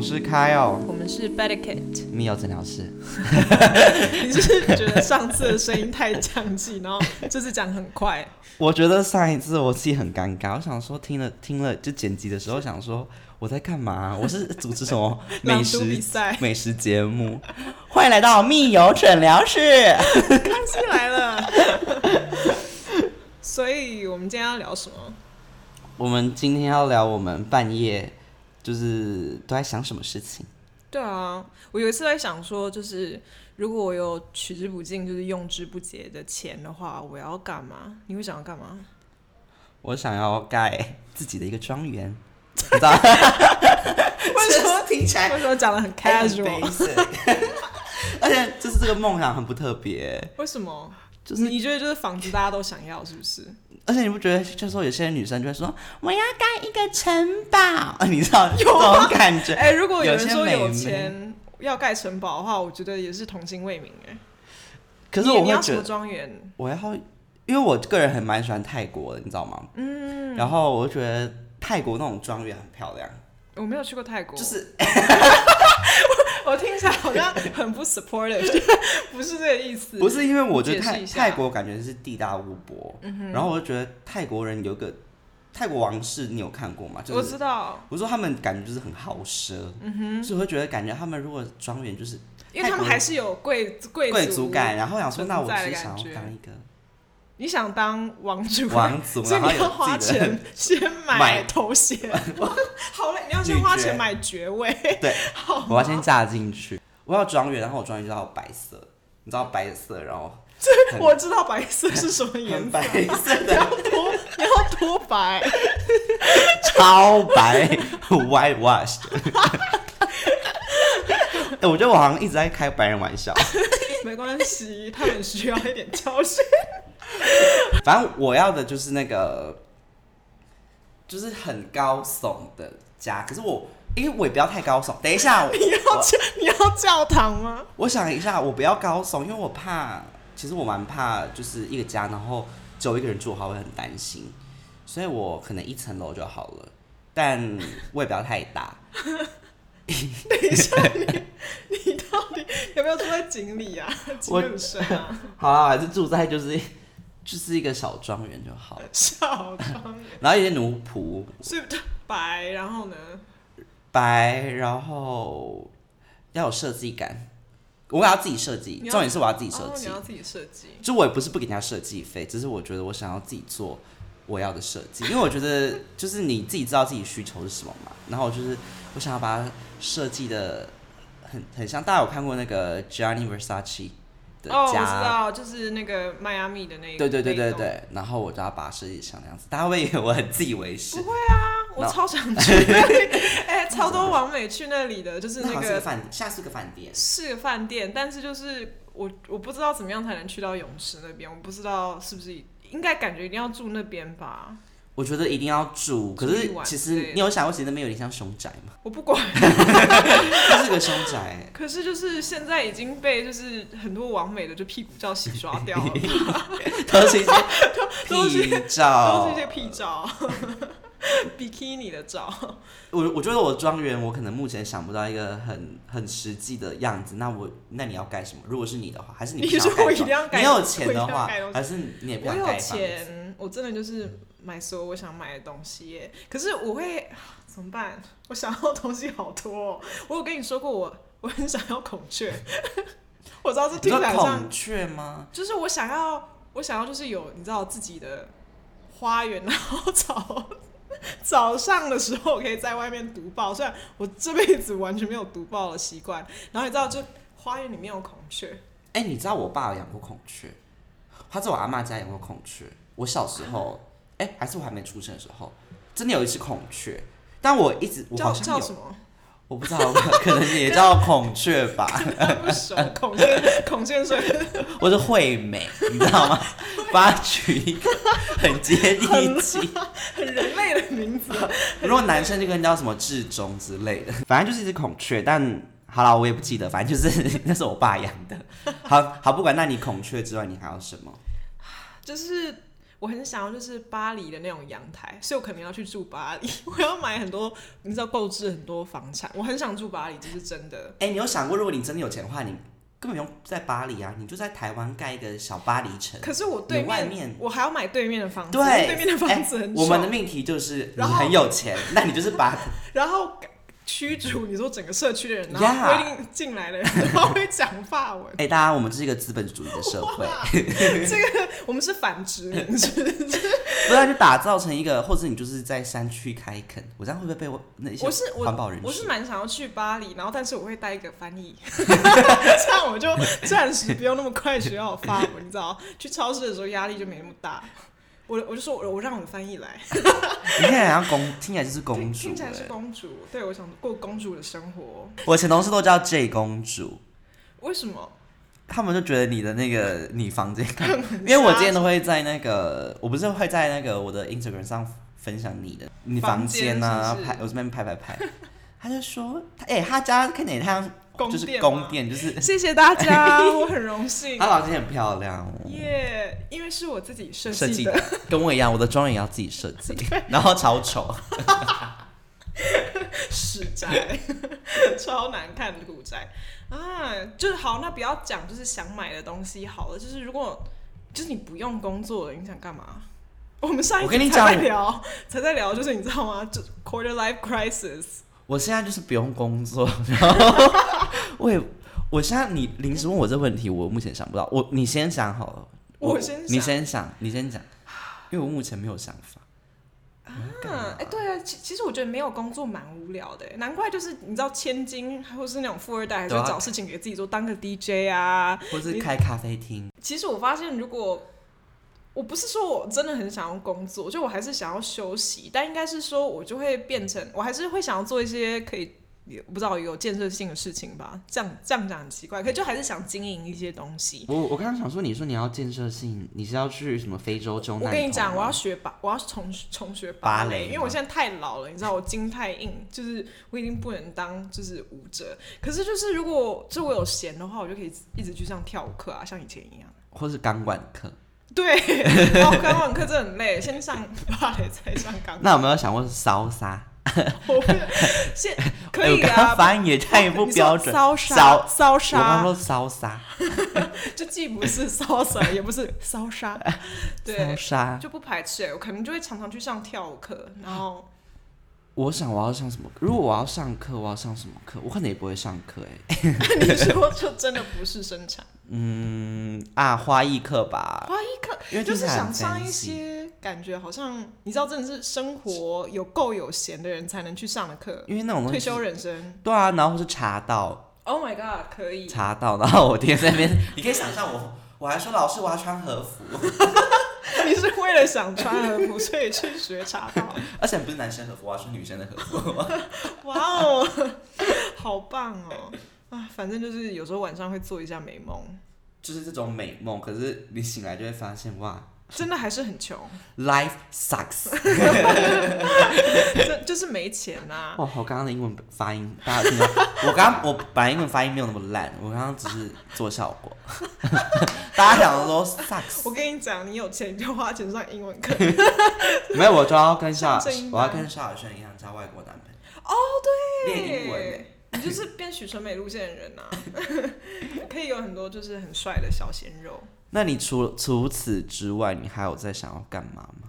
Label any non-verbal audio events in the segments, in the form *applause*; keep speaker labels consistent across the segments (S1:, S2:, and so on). S1: 是开哦，
S2: 我们是 b e d i c a t
S1: 密友诊疗室。
S2: 你是觉得上次的声音太降气，然后这次讲很快，
S1: 我觉得上一次我自己很尴尬，我想说听了听了就剪辑的时候想说我在干嘛、我是组织什么 *laughs* 美
S2: 朗读比
S1: 食
S2: 赛，
S1: *laughs* 美食节目？欢迎来到密友诊疗室。
S2: 康熙来了。 *laughs* 所以我们今天要聊什么？
S1: 我们今天要聊我们半夜就是都在想什么事情。
S2: 对啊，我有一次在想说，就是如果我有取之不尽，就是用之不竭的钱的话，我要干嘛？你会想要干嘛？
S1: 我想要盖自己的一个庄园，你知道？为什么听起 *laughs*
S2: 为什么讲的 *laughs* 很 casual？
S1: 而且就是这个梦想很不特别，
S2: 为什么？
S1: 就是
S2: 你觉得就是房子大家都想要，是不 *laughs* 是？
S1: 而且你不觉得，就是说有些女生就会说我要盖一个城堡， *laughs* 你知道这种感
S2: *laughs*
S1: 觉？
S2: 哎、如果有
S1: 有
S2: 人
S1: 些
S2: 说
S1: 美
S2: 有
S1: 眉
S2: 钱要盖城堡的话，我觉得也是童心未泯哎、
S1: 可是
S2: 你
S1: 我
S2: 你
S1: 会
S2: 要
S1: 觉
S2: 什么
S1: 得，
S2: 庄园？
S1: 我要，因为我个人很蛮喜欢泰国的，你知道吗？嗯。然后我就觉得泰国那种庄园很漂亮，
S2: 我没有去过泰国，
S1: 就是
S2: 我听起来好像很不 supportive，不 *laughs* 是这个意思。
S1: 不是因为我觉得
S2: 你解释一
S1: 泰
S2: 下嗯
S1: 泰国感觉是地大物博，然后我就觉得泰国人有一个泰国王室，你有看过吗？就
S2: 我
S1: 是
S2: 知道，嗯
S1: 我说他们感觉就是很豪奢，所以我会觉得感觉他们如果庄园就是
S2: 因为他
S1: 泰
S2: 们
S1: 国
S2: 还是有贵贵
S1: 贵族感，。然后想说
S2: 存
S1: 那我
S2: 在的
S1: 是
S2: 感
S1: 想
S2: 觉
S1: 要当一个
S2: 你想当王主？
S1: 王
S2: *laughs*
S1: 族，
S2: 所以
S1: 然后
S2: 你要花
S1: 有自己的
S2: 钱
S1: *laughs*
S2: 先买
S1: 买
S2: 头衔，好嘞！你要先花
S1: 女
S2: 钱
S1: 爵
S2: 买爵位，
S1: 对，
S2: 好吗
S1: *laughs* 我要先嫁进去，我要庄园，然后我庄园就要白色，你知道白色，然后很
S2: 我知道白色是什么颜
S1: 很
S2: 色
S1: 白，
S2: *laughs*
S1: 色
S2: 你要
S1: 的
S2: 多你要多白，
S1: 超白
S2: *laughs*
S1: white washed。哎、我觉得我好像一直在开白人玩笑，
S2: 没关系，他们需要一点教训。
S1: 反正我要的就是那个，就是很高耸的家，可是我。因为我也不要太高耸。等一下，我
S2: 你要
S1: 我
S2: 教你要教堂吗？
S1: 我想一下，我不要高耸，因为我怕，其实我蛮怕，就是一个家，然后只有一个人住的话，我会很担心，所以我可能一层楼就好了，但我也不要太大。 *laughs*
S2: 等一下，你 *laughs* 你到底有没有住在井里啊？井
S1: 我
S2: 里生
S1: *laughs*
S2: 啊，
S1: 好啊，还是住在就是就是一个小庄园就好了，
S2: 小庄园，
S1: 然后一些奴仆
S2: 所以白，然后呢？
S1: 白，然后要有设计感，我要自己设计，
S2: 你要
S1: 重点是我要自己设
S2: 哦，你
S1: 计，
S2: 要自己设计。
S1: 就我也不是不给人家设计费，只是我觉得我想要自己做我要的设计，因为我觉得就是你自己知道自己需求是什么嘛。然后就是我想要把它设计的很很像，大家有看过那个 Gianni Versace 的
S2: 哦，我知
S1: 家？
S2: 道，就是那个迈阿密的那个。啊
S1: 对对对对
S2: 那一栋。
S1: 对。然后我就要把它设计成那样子，大家会以为我很自以为是
S2: 不。会啊，我
S1: 那
S2: 超想去
S1: *laughs*
S2: *laughs* 那里，哎、超多王美去那里的，就是
S1: 那好
S2: 那
S1: 像是个
S2: 个
S1: 饭店，下次个饭店。
S2: 是个饭店，但是就是我我不知道怎么样才能去到泳池那边，我不知道是不是应该感觉一定要住那边吧，
S1: 我觉得一定要住，可
S2: 住一
S1: 是
S2: 晚
S1: 其
S2: 之类
S1: 实
S2: 的
S1: 你有想过，其实那边有点像凶宅嘛，
S2: 我不管。
S1: *laughs* 它是个凶宅。
S2: 可是就是现在已经被就是很多完美的就屁股照洗刷掉了，
S1: 都是一些
S2: *laughs* 都是
S1: *laughs* 屁照，
S2: 都是一些屁照、 *laughs* 比基尼的
S1: *laughs*
S2: 照。
S1: 我我觉得我庄园，我可能目前想不到一个很很实际的样子。那我那你要盖什么？如果是你的话，
S2: *laughs*
S1: 还是你不
S2: 你
S1: 想
S2: 说我
S1: 盖
S2: 一定要
S1: 庄
S2: 盖
S1: 你有钱
S2: 我
S1: 的
S2: 一定要
S1: 话
S2: 盖东，西
S1: 还是你也不
S2: 我
S1: 想
S2: 有
S1: 盖房子？
S2: 钱，我真的就是买所有我想买的东西耶。可是我会 *sighs* 怎么办？我想要的东西好多、哦。我有跟你说过我我很想要孔雀， *laughs* 我知道这
S1: 你
S2: 听
S1: 说
S2: 起来像
S1: 孔雀吗？
S2: 就是我想要，我想要就是有你知道自己的花园，然后早 *laughs* 早上的时候我可以在外面读报，虽然我这辈子完全没有读报的习惯。然后你知道，就花园里面有孔雀，
S1: 哎、你知道我爸有养过孔雀，他在我阿妈家养过孔雀。我小时
S2: 啊
S1: 候，哎、还是我还没出生的时候，真的有一只孔雀。但我一直我
S2: 叫
S1: 好像
S2: 叫
S1: 有
S2: 什，
S1: *laughs*
S2: 么？
S1: 我不知道，可能也叫孔雀吧。
S2: 不熟，
S1: *laughs*
S2: 孔雀孔雀水
S1: 我是惠美，你
S2: *laughs*
S1: 知道吗？把它取一个很接地气。
S2: *laughs* 很人类的名字。啊
S1: 如果男生就跟叫什么志忠之类的， *laughs* 反正就是一只孔雀。但好了，我也不记得，反正就是那是我 *laughs* 爸养的。好好，不管，那你孔雀之外，你还有什么？
S2: 就是我很想要就是巴黎的那种阳台，所以我可能要去住巴黎。 *laughs* 我要买很多，你知道购置很多房产，我很想住巴黎，这是真的。
S1: 哎、你有想过，如果你真的有钱的话，你根本不用在巴黎啊，你就在台湾盖一个小巴黎城。
S2: 可是我对
S1: 你外
S2: 面，
S1: 面
S2: 我还要买对面的房子，因为
S1: 对，
S2: 对面的房子
S1: 哎
S2: 很、
S1: 我们的命题就是你
S2: 然后
S1: 很有钱， *laughs* 那你就是把
S2: 然后驱逐你说整个社区的人，然
S1: Yeah。
S2: 后规定进来的人都会讲法文
S1: 哎、大家，我们这是一个资本主义的社会，
S2: 哇这个我们是反殖民，是不是？
S1: *laughs* 不然就打造成一个，或者你就是在山区开垦，我这样会不会被我那些
S2: 我是我
S1: 环保人士？
S2: 我是蛮想要去巴黎，然后但是我会带一个翻译， *laughs* 这样我就暂时不用那么快学好法文，你知道？去超市的时候压力就没那么大。我我就说我我让我的翻译来，
S1: 你看起来像公，听起来就是公
S2: 听
S1: 主、
S2: *laughs* 听起来是
S1: 哎
S2: 公主，对我想过公主的生活，
S1: *laughs* 我前同事都叫 J 公主，
S2: 为什
S1: *laughs*
S2: 么？
S1: 他们就觉得你的那个你房间，
S2: *laughs*
S1: 因为我今天都会在那个，我不是会在那个我的 Instagram 上分享你的你房间啊
S2: 房间是，不是
S1: 拍我这边拍拍拍， *laughs* 他就说，他哎、他家看起来像
S2: 宫
S1: 就是
S2: 殿吗
S1: 宫
S2: *laughs*
S1: 殿，就是
S2: 谢谢大
S1: *laughs*
S2: 家，我很荣幸
S1: 她。房间很漂亮哦。
S2: 耶因为是我自己设
S1: 设
S2: 计
S1: 计
S2: 的，
S1: 的，跟我一样，我的妆也要自己设
S2: *laughs*
S1: 计，然后超丑。
S2: 史宅， *laughs* 超难看的古宅啊！就是好，那不要讲就是想买的东西好了，就是如果就是你不用工作了，你想干嘛？我们上一
S1: 我跟
S2: 集
S1: 你
S2: 才在
S1: 讲
S2: 聊， *laughs* 才在聊，就是你知道吗？就 quarter life crisis，
S1: 我现在就是不用工作， *laughs* 然后我也，我现在你临时问我这问题，我目前想不到。我你先想好了，
S2: 我先想
S1: 你先想，你先讲，因为我目前没有想法。干嘛
S2: 嗯，哎、对啊，其其实我觉得没有工作蛮无聊的，难怪就是你知道千金或是那种富二代，还是
S1: 对啊
S2: 会找事情给自己做，当个 DJ 啊，
S1: 或是开咖啡厅，
S2: 其实我发现，如果我不是说我真的很想要工作，就我还是想要休息，但应该是说我就会变成，我还是会想要做一些可以也不知道有建设性的事情吧。这样这样讲很奇怪，可就还是想经营一些东西。
S1: 我我刚刚想说，你说你要建设性，你是要去什么非洲救难？
S2: 我跟你讲，我要学芭，我要重重学芭
S1: 芭
S2: 蕾，
S1: 蕾
S2: 因为
S1: 吗
S2: 我现在太老了，你知道我筋太硬，就是我已经不能当就是舞者。可是就是如果就我有闲的话，我就可以一直去上跳舞课啊，像以前一样。
S1: 或是钢管课。
S2: 对，哦然后钢管课真的很累，先上芭蕾再上钢管。
S1: 那有没有想过骚沙？
S2: 我不先可
S1: 哎我
S2: 以
S1: 刚刚
S2: 啊，
S1: 发音也太不
S2: 你说
S1: 标准。
S2: 骚
S1: 骚
S2: 杀骚
S1: 我刚刚
S2: 杀，
S1: 说骚沙，
S2: 就既不是骚杀，也不是骚杀，
S1: 骚
S2: 对，
S1: 沙。
S2: 就不排斥、欸我可能就会常常去上跳舞课，然
S1: *laughs*
S2: 后
S1: 我想我要上什么？如果我要上课，我要上什么课？我可能也不会上课哎、 *laughs*
S2: 你说就真的不是生产，
S1: 嗯啊，花艺课吧，
S2: 花艺课
S1: 因为
S2: 就是
S1: 听起来
S2: 想
S1: 很
S2: 上一
S1: fancy
S2: 些感觉好像你知道，真的是生活有够有闲的人才能去上的课，
S1: 因为那种东
S2: 退
S1: 西
S2: 休人生。
S1: 对啊，然后是茶道，
S2: Oh my god，可以。
S1: 茶道，然后我天天在那边， *laughs* 你可以想象我，我还说老师我要穿和服，
S2: 你是为了想穿和服，所以去学茶道？
S1: 而且不是男生和服，我要穿女生的和服。
S2: 哇哦，
S1: *laughs*
S2: 好棒哦！啊，反正就是有时候晚上会做一下美梦，
S1: 就是这种美梦，可是你醒来就会发现，哇
S2: 真的还是很穷，
S1: ，life sucks。 *laughs*
S2: 这就是没钱啊呐、
S1: *laughs* 哇，哦我刚刚的英文发音，大家听到？ *laughs* 我刚刚我本来英文发音没有那么烂，我刚刚只是做效果。 *laughs* 大家讲说 sucks，
S2: 我跟你讲，你有钱你就花钱上英文课。
S1: *laughs* 没有，我就要跟夏
S2: 上正音，
S1: 我要
S2: 班
S1: 跟夏尔轩一样交外国男朋友。
S2: 哦，对，
S1: 练英文欸
S2: 你就是变许纯美路线的
S1: *laughs*
S2: 人呐、啊可以有很多就是很帅的小鲜肉。
S1: 那你除除此之外，你还有在想要干嘛吗？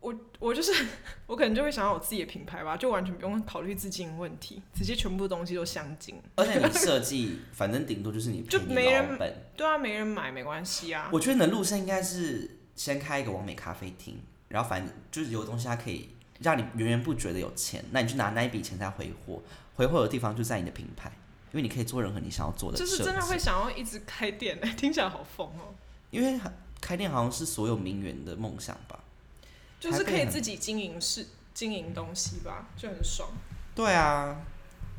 S2: 我我就是 *laughs* 我可能就会想要有自己的品牌吧，就完全不用考虑资金问题，直接全部东西都镶金。
S1: 而哦且你设计，反正顶多就是你
S2: 就
S1: 便宜
S2: 没人
S1: 老本。
S2: *laughs* 对啊，没人买没关系啊。
S1: 我觉得你的路线应该是先开一个完美咖啡厅，然后反正就是有东西它可以让你源源不绝的有钱，那你去拿那一笔钱再挥霍，挥霍的地方就在你的品牌，因为你可以做任何你想要做的
S2: 就
S1: 设计。
S2: 是真的会想要一直开店、欸，听起来好疯哦、
S1: 因为开店好像是所有名媛的梦想吧？
S2: 就是可以自己经营事、经营东西吧，就很爽。
S1: 对啊，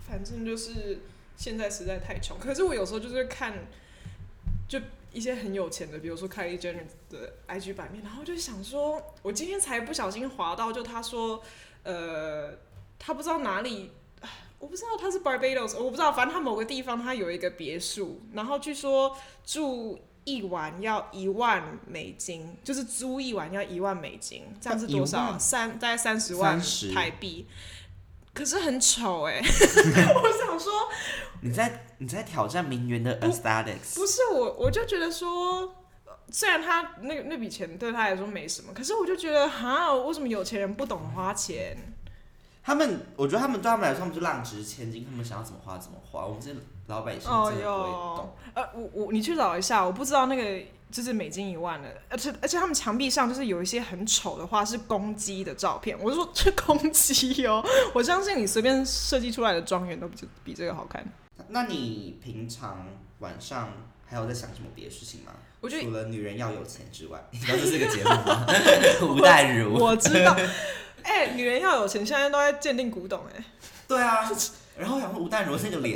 S2: 反正就是现在实在太穷，可是我有时候就是会看，就一些很有钱的，比如说 Kylie Jenner 的 IG 版面，然后就想说，我今天才不小心滑到，就他说，呃，他不知道哪里。我不知道他是 Barbados，我不知道，反正他某个地方他有一个别墅，然后据说住一晚要一万美金，就是租一晚要一万美金，这样是多
S1: 一
S2: 少？
S1: 万
S2: 三大概三十万
S1: 30
S2: 台币。可是很丑哎、我想说，
S1: 你在你在挑战名媛的
S2: 不
S1: aesthetics，
S2: 不是我，我就觉得说，虽然他那那笔钱对他来说没什么，可是我就觉得哈，为什么有钱人不懂得花钱？
S1: 他们我觉得他们对他们来说，他们就浪值千金，他们想要怎么花怎么花。我们这些老百姓
S2: 哦
S1: 真的不会懂
S2: 哟，，呃，我我你去找一下，我不知道那个就是美金一万的，而且而且他们墙壁上就是有一些很丑的画是公鸡的照片，我就说这公鸡哦，我相信你随便设计出来的庄园都比这比这个好看。
S1: 那你平常晚上还有在想什么别的事情吗？
S2: 我觉得
S1: 除了女人要有钱之外，你知道这是个节目吗？ *laughs* 吴淡如，
S2: 我知道，哎、女人要有钱，现在都在鉴定古董哎、
S1: 对啊。然后我想说吴淡如那个 *laughs* 脸，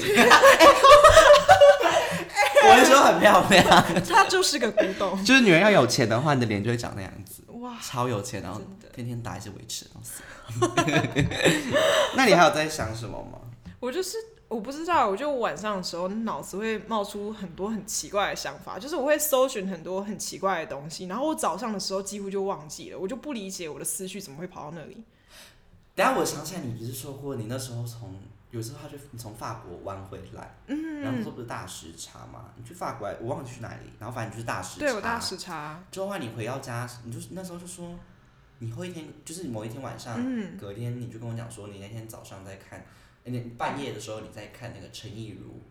S1: 我是说很漂亮。
S2: 它就是个古董，
S1: *laughs* 就是女人要有钱的话，你的脸就会长那样子，
S2: 哇，
S1: 超有钱，然后
S2: 真的
S1: 天天打一些维持的东 *laughs* 西。那你还有在想什么吗？
S2: 我就是我不知道，我就晚上的时候脑子会冒出很多很奇怪的想法，就是我会搜寻很多很奇怪的东西，然后我早上的时候几乎就忘记了，我就不理解我的思绪怎么会跑到那里。
S1: *laughs* 等一下我想起来，你不是说过你那时候从有时候他去你从法国玩回来，嗯，然后说不是大时差吗？你去法国，我忘了去哪里，然后反正就是大时差。
S2: 对我大时差，
S1: 之后后来你回到家，你就是那时候就说，你后一天就是某一天晚上，
S2: 嗯
S1: 隔天你就跟我讲说，你那天早上在看，呃你半夜的时候你在看那个陈亦如，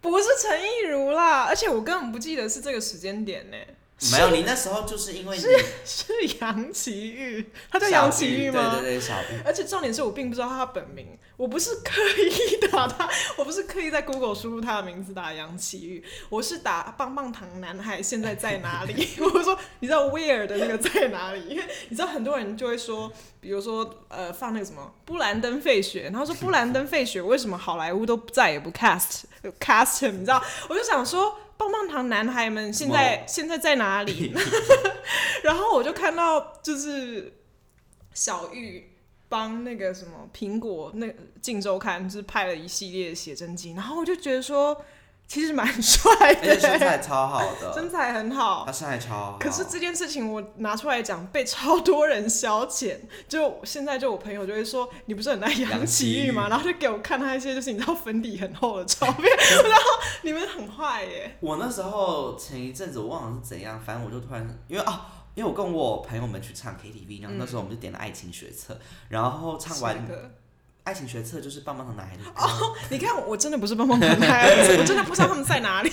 S2: 不是陈亦如啦，而且我根本不记得是这个时间点呢、 *laughs*
S1: 没有，你那时候就是因为你
S2: 是 *laughs* 杨奇玉，他叫
S1: 小
S2: 杨奇玉吗？
S1: 对对对，小玉。
S2: 而且重点是我并不知道他本名，我不是刻意打他，我不是刻意在 Google 输入他的名字打杨奇玉，我是打棒棒糖男孩现在在哪里？ *laughs* 我说你知道 where 的那个在哪里？因 *laughs* 为你知道很多人就会说，比如说呃放那个什么布兰登费雪，然后说布兰登费雪为什么好莱坞都再也不 cast cast him？你知道，我就想说棒棒糖男孩们现在现在在哪里？ *laughs* 然后我就看到就是小玉帮那个什么苹果那《镜周刊》就是拍了一系列的写真集，然后我就觉得说其实蛮帅
S1: 而且
S2: 的，*laughs*
S1: 身材超好的，
S2: 身材很好
S1: 她。身材超好。
S2: 哦可是这件事情我拿出来讲，被超多人消遣。就现在，就我朋友就会说，你不是很爱杨
S1: 杨
S2: 奇
S1: 奇
S2: 玉
S1: 玉
S2: 吗？然后就给我看他一些就是你知道粉底很厚的照片，然后哦你们很坏耶。
S1: 我那时候前一阵子我忘了是怎样，反正我就突然因为啊。因为我跟我朋友们去唱 KTV，然后那时候我们就点了《爱情学册》，然后 *laughs* 唱完
S2: 嗯是
S1: 《
S2: 的
S1: 爱情学册》就是棒棒糖男孩
S2: *laughs*
S1: 的歌，
S2: 你看我真的不是棒棒糖男孩，我真的不知道他们在哪里。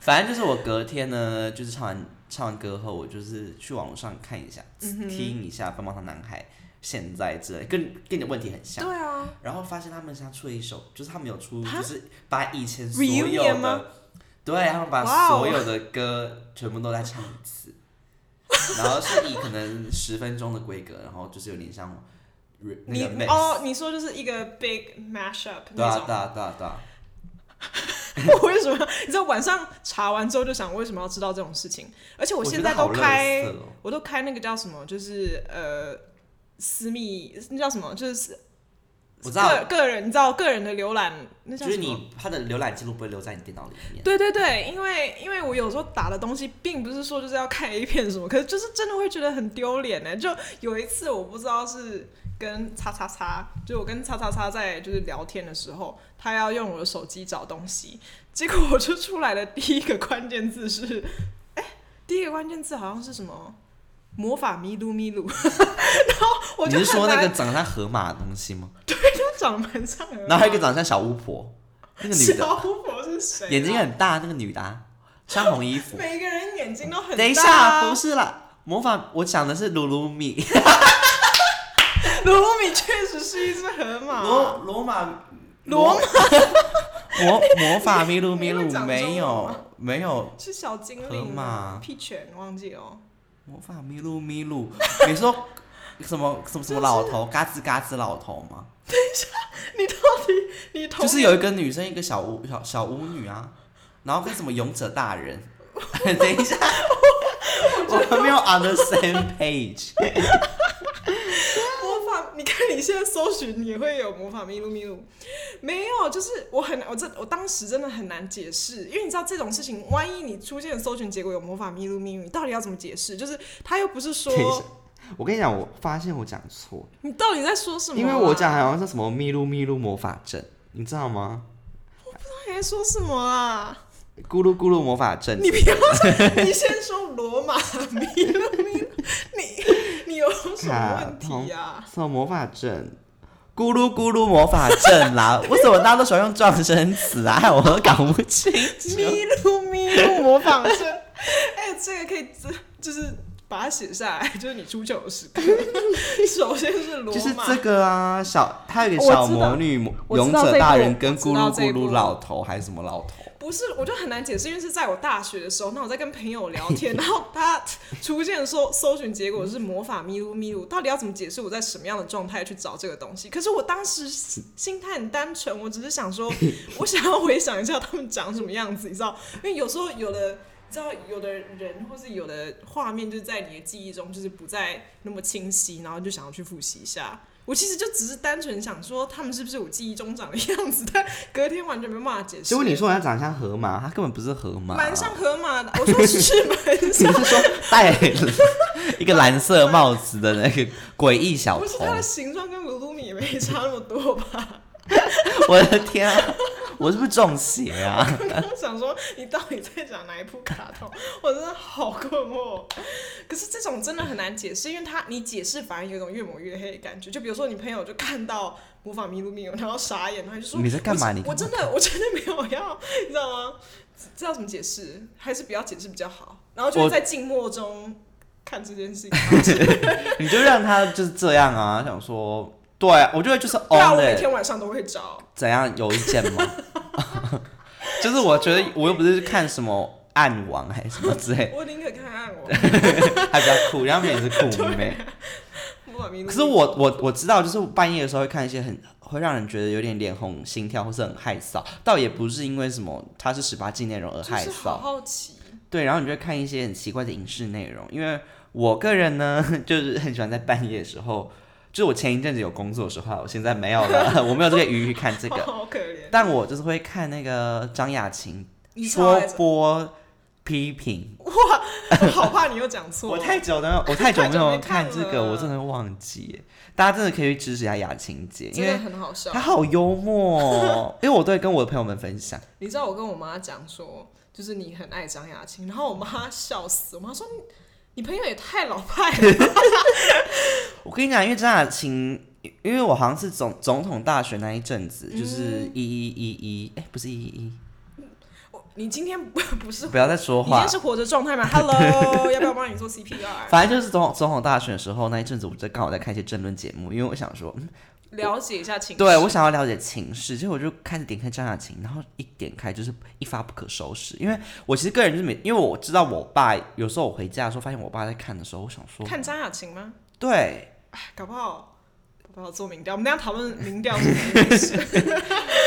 S1: 反正就是我隔天呢，就是唱完唱完歌后，我就是去网络上看一下，
S2: 嗯
S1: 听一下棒棒糖男孩现在之类，跟跟你的问题很 *laughs* 像。
S2: 对啊，
S1: 然后发现他们现在出了一首，就是他们有出，
S2: 哈
S1: 就是把以前所有
S2: Reunion 吗
S1: 的，对他们
S2: 哇
S1: 把
S2: 哦
S1: 所有的歌全部都在唱一次，然后是以可能十分钟的规格，然后就是有点像 re- 那
S2: 你
S1: 个 mix，
S2: 哦，你说就是一个 big mashup
S1: 对
S2: 那
S1: 啊
S2: 种。
S1: 对啊对啊对啊，
S2: *laughs* 我为什么？你知道晚上查完之后就想，为什么要知道这种事情？而且我
S1: 觉
S2: 现
S1: 得
S2: 在都
S1: 好垃圾
S2: 开。
S1: 哦
S2: 我都开那个叫什么，就是呃私密，那叫什么，就是
S1: 我知道，
S2: 个个人，你知道个人的浏览，那叫
S1: 就是
S2: 什么？
S1: 你它的浏览记录不会留在你电脑里面。
S2: 对对对，因为因为我有时候打的东西，并不是说就是要看 A 片什么，可是就是真的会觉得很丢脸呢。就有一次，我不知道是跟叉叉叉，就我跟叉叉叉在就是聊天的时候，他要用我的手机找东西，结果我就出来的第一个关键字是， *laughs* 哎，第一个关键字好像是什么魔法咪噜咪噜，然后我
S1: 你
S2: 就是
S1: 说
S2: 很
S1: 那
S2: 难
S1: 个长得像河马的东西吗？
S2: 就长得蛮像的，
S1: 然后还有一个长得像小巫婆，那个女的
S2: 小巫婆是谁啊？
S1: 眼睛很大，那个女的啊穿红衣服。
S2: 每个人眼睛都很大、啊。
S1: 等一下，不是啦，模仿我讲的是鲁鲁米，
S2: *laughs* 罗米确实是一只河马，
S1: 罗罗马
S2: 啊罗
S1: 马魔魔法咪噜咪
S2: 你会
S1: 噜
S2: 讲
S1: 没
S2: 中文吗
S1: 有没有
S2: 是小精
S1: 河
S2: 灵
S1: 马
S2: 屁犬忘记哦。
S1: 魔法咪噜咪噜，你说什么什么什么老头嘎吱嘎吱老头吗？
S2: 你到底你 *laughs* 同
S1: 就是有一个女生，一个小巫小小巫女啊，然后跟什么勇者大人。 *laughs* 等一下，我们没有 on the same page。
S2: 魔法你看你现在搜寻也会有魔法咪路咪路，没有，就是我很我这我当时真的很难解释，因为你知道这种事情，万一你出现的搜寻结果有魔法咪路咪路，你到底要怎么解释？就是他又不是 *laughs* 说
S1: 等一下我跟你讲，我发现我讲错，
S2: 你到底在说什么啊、
S1: 因为我讲好像是什么咪噜咪噜魔法阵，你知道吗？
S2: 到底在说什么啊？
S1: 咕噜咕噜魔法阵，
S2: 你不要，你先说罗马咪路咪路，你你有什么问题
S1: *laughs*
S2: 呀、啊？
S1: 什么魔法阵？咕噜咕噜魔法阵啦！ *laughs* 为什么大家都喜欢用撞声词啊？害我都搞不清楚。
S2: 咪噜咪噜模仿声， *laughs* 哎、这个可以自就是把它写下来，就是你出糗的时刻。 *laughs* 首先是罗马，
S1: 就是这个啊，小他有个
S3: 我知道
S1: 小魔女、魔
S3: 我
S1: 勇
S3: 知道
S1: 者
S3: 这一
S1: 大
S3: 部
S1: 人跟
S2: 我
S1: 咕
S2: 知道
S1: 噜
S2: 这一
S1: 咕噜
S2: 部
S1: 老头还是什么老头？
S2: 不是，我就很难解释，因为是在我大学的时候，那我在跟朋友聊天，
S1: *laughs*
S2: 然后他出现的搜搜寻结果是魔法咪噜咪噜，到底要怎么解释我在什么样的状态去找这个东西？可是我当时心心态很单纯，我只是想
S1: *laughs*
S2: 说，我想要回想一下他们长什么样子，你知道？因为有时候有的。你知道有的人或是有的画面，就在你的记忆中，就是不再那么清晰，然后就想要去复习一下。我其实就只是单纯想说，他们是不是我记忆中长的样子，但隔天完全没办法解释。
S1: 结果你说人家长得像河马，他根本不是河马、啊
S2: 蛮像河马的，我说是蛮
S1: 你 *laughs*
S2: 像，
S1: 是说戴了一个蓝色帽子的那个诡异小
S2: 不是它的
S1: 童？
S2: 形状跟鲁鲁米也没差那么多
S1: *laughs*
S2: 吧？
S1: 我的天啊！我是不是中邪
S2: *laughs*
S1: 啊？
S2: 我刚想说你到底在讲哪一部卡通，我真的好困惑。可是这种真的很难解释，因为它你解释反而有一种越抹越黑的感觉。就比如说你朋友就看到魔法咪路咪，然后傻眼，他就说
S1: 你在干嘛
S2: 我
S1: 你干嘛
S2: 我真的我真的没有要，你知道吗？这要怎么解释？还是不要解释比较好。然后就
S1: 我
S2: 会在静默中看这件
S1: *laughs*
S2: 事情。
S1: 你就让他就是这样啊？想说，对啊、我觉得就是
S2: 对啊，我
S1: own
S2: 每
S1: it，
S2: 天晚上都会找。
S1: 怎样有意见吗？ *laughs* 就是我觉得我又不是看什么暗网还是什么之类，
S2: 我宁可看暗网，
S1: 还比较酷，然后每次酷妹。
S2: 魔法迷路。
S1: 可是我我我知道，就是半夜的时候会看一些很会让人觉得有点脸红、心跳或是很害臊，倒也不是因为什么它是十八禁内容而
S2: 就
S1: 害
S2: 是好
S1: 臊。
S2: 好奇，
S1: 对，然后你就会看一些很奇怪的影视内容，因为我个人呢， *laughs* 就是很喜欢在半夜的时候，就是我前一阵子有工作的时候啊，我现在没有了， *laughs* 我没有这个余裕看这个，
S2: *laughs* 好可
S1: *laughs*
S2: 怜。
S1: 但我就是会看那个张雅琴
S2: 你超
S1: 说
S2: 爱这
S1: 播批评。
S2: 我 *laughs* 好怕你又讲错。
S1: 我太久的，我太久没
S2: 太久
S1: 有
S2: 没看
S1: 看这个，
S2: 了
S1: 我真的忘记耶。大家真的可以去支持一下雅琴姐，因
S2: 真
S1: 为
S2: 的很好笑
S1: 他。好幽默、
S2: *laughs*
S1: 哦，因为我都会跟我的朋友们分享，
S2: 你知道我跟我妈讲说，就是你很爱张雅琴，然后我妈笑死，我妈说你嗯你朋友也太老派了。 *laughs*
S1: 我跟你讲，因为张雅琴，因为我好像是总总统大选那一阵子，
S2: 嗯
S1: 就是一一一一，哎，不是一一一，
S2: 我你今天不不是，你
S1: 不要再说
S2: 今
S1: 话
S2: 天。是活着状态吗？Hello，要不要
S1: *laughs*
S2: 帮你做 CPR？
S1: 反正就是总总统大选的时候那一阵子，我在刚好在看一些政论节目，因为我想说，嗯
S2: 了解一下情绪。
S1: 对我想要了解情势，结果我就开始点开张雅琴，然后一点开就是一发不可收拾，因为我其实个人就是每，因为我知道我爸有时候我回家的时候发现我爸在看的时候，我想说，
S2: 看张雅琴吗？
S1: 对，
S2: 哎搞不好搞不好做民调，我们等一下讨论民调是怎么 *laughs* 回事。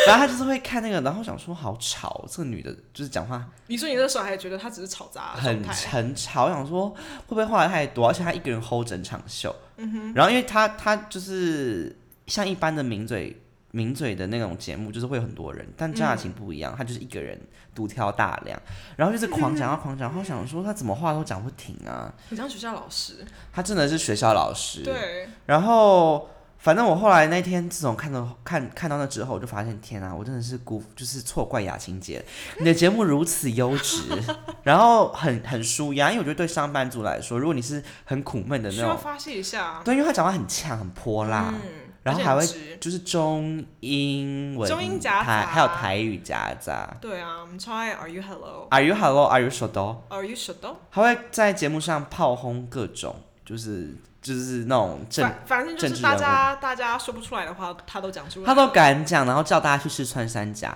S1: 然后他就是会看那个，然后想说好吵，哦这个女的就是讲话
S2: 你说你那时候还觉得他只是吵杂的啊状
S1: 很
S2: 态，
S1: 很吵，我想说会不会话太多，而且她一个人 hold 整场秀。
S2: 嗯
S1: 然后因为她她就是像一般的名嘴名嘴的那种节目，就是会有很多人，
S2: 嗯
S1: 但张雅琴不一样，她就是一个人独挑大梁，然后就是
S2: *laughs*
S1: 狂讲啊狂讲，然后想说她怎么话都讲不停啊，
S2: 很像学校老师。
S1: 她真的是学校老师。
S2: 对，
S1: 然后反正我后来那天自从看到看看到那之后，我就发现天啊，我真的是辜就是错怪雅琴姐， *laughs* 你的节目如此优质， *laughs* 然后很很舒压，因为我觉得对上班族来说，如果你是很苦闷的
S2: 需
S1: 那
S2: 要
S1: 种，
S2: 发泄一下。啊
S1: 对，因为他讲话很呛很泼辣。
S2: 嗯，
S1: 然后
S2: 而且
S1: 还会
S2: 很直
S1: 就是中英文、
S2: 中英夹
S1: 台
S2: 杂
S1: 还有台语夹杂。
S2: 对啊，我们超爱 Are you hello?
S1: Are you hello? Are you s h o d o
S2: Are you shut up?
S1: 还会在节目上炮轰各种，就是就是那种政
S2: 反反正就
S1: 政
S2: 是
S1: 治
S2: 大
S1: 人
S2: 家大家说不出来的话，他都讲出来。
S1: 他都敢讲，然后叫大家去试穿
S2: *laughs*
S1: 山甲。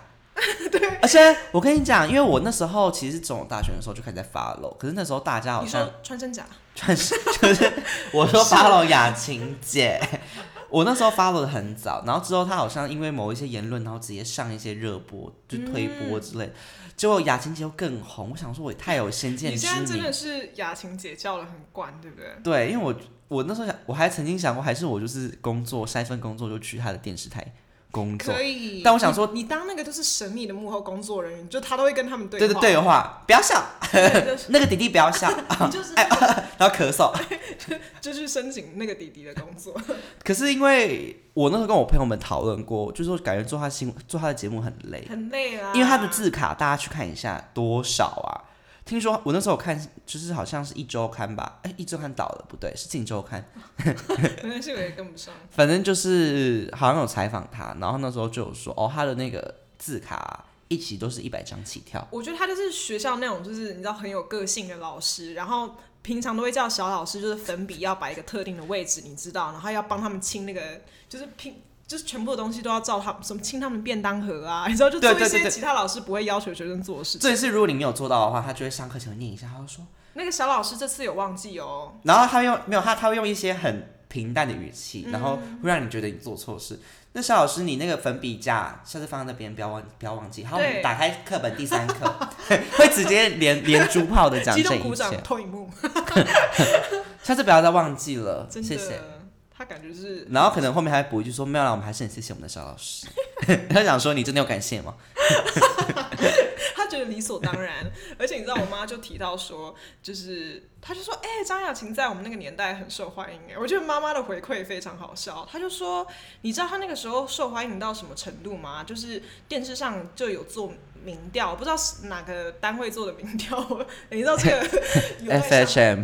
S1: 对，而且我跟你讲，因为我那时候其实总统大选的时候就开始在发漏，可是那时候大家好
S2: 你
S1: 像
S2: 说穿真假？
S1: 穿就是我说发漏雅琴姐， *laughs* 我那时候 follow 的很早，然后之后他好像因为某一些言论，然后直接上一些热播，就推播之类的。结果雅琴姐又更红，我想说我也太有先见
S2: 你
S1: 之
S2: 现在真
S1: 明
S2: 的。是雅琴姐教的很惯，对不对？
S1: 对，因为我我那时候想，我还曾经想过，还是我就是工作筛份工作就去他的电视台工作
S2: 可。以。
S1: 但我想说
S2: 你，你当那个就是神秘的幕后工作人员，就他都会跟他们对
S1: 对对
S2: 话。
S1: 对话，不要笑，
S2: 对，就是
S1: *laughs* 那个弟弟不要
S2: *laughs*
S1: 笑，
S2: 你就是
S1: 然后咳嗽。
S2: 就去申请那个弟弟的工作。
S1: 可是因为我那时候跟我朋友们讨论过，就是说感觉做他新做他的节目很累，
S2: 很累啊，
S1: 因为他的字卡大家去看一下多少啊？听说我那时候看就是好像是一周刊吧，哎、一周刊倒了，不对，是近周刊，
S2: 可能是我也跟不上。
S1: 反正就是好像有采访他，然后那时候就有说哦，他的那个字卡、一起都是一百张起跳，
S2: 我觉得他就是学校那种，就是你知道很有个性的老师，然后平常都会叫小老师，就是粉笔要摆一个特定的位置，你知道，然后要帮他们清那个，就是拼。就是全部的东西都要照他们什么清他们便当盒啊，你知道就做
S1: 对对
S2: 一
S1: 对
S2: 些
S1: 对
S2: 其他老师不会要求学生做的事情。
S1: 这也是如果你没有做到的话，他就会上课前会念一下，他就说，
S2: 那个小老师这次有忘记哦，
S1: 然后他会用没有他他会用一些很平淡的语
S2: 嗯
S1: 气，然后会让你觉得你做错事。那肖老师，你那个粉笔架下次放在那边，不要忘不要忘记。好，我
S2: 对
S1: 们打开课本第
S2: *laughs*
S1: 三课，会直接连 *laughs* 连珠炮的讲
S2: 激
S1: 这
S2: 动
S1: 一
S2: 鼓
S1: 切
S2: 掌，。投影幕，
S1: 下次不要再忘记了，
S2: 真的，
S1: 谢谢。
S2: 他感觉是
S1: 然后可能后面还补一句说，没有啦，我们还是很谢谢我们的肖
S2: *laughs*
S1: 老师。他想说，你真的有感谢吗？
S2: 他觉得理所当然，而且你知道，我妈就提到说，就是她就说，哎、张雅琴在我们那个年代很受欢迎，哎，我觉得妈妈的回馈非常好笑。她就说，你知道她那个时候受欢迎到什么程度吗？就是电视上就有做民调，不知道是哪个单位做的民调， *laughs* 我你知道这个有啊待商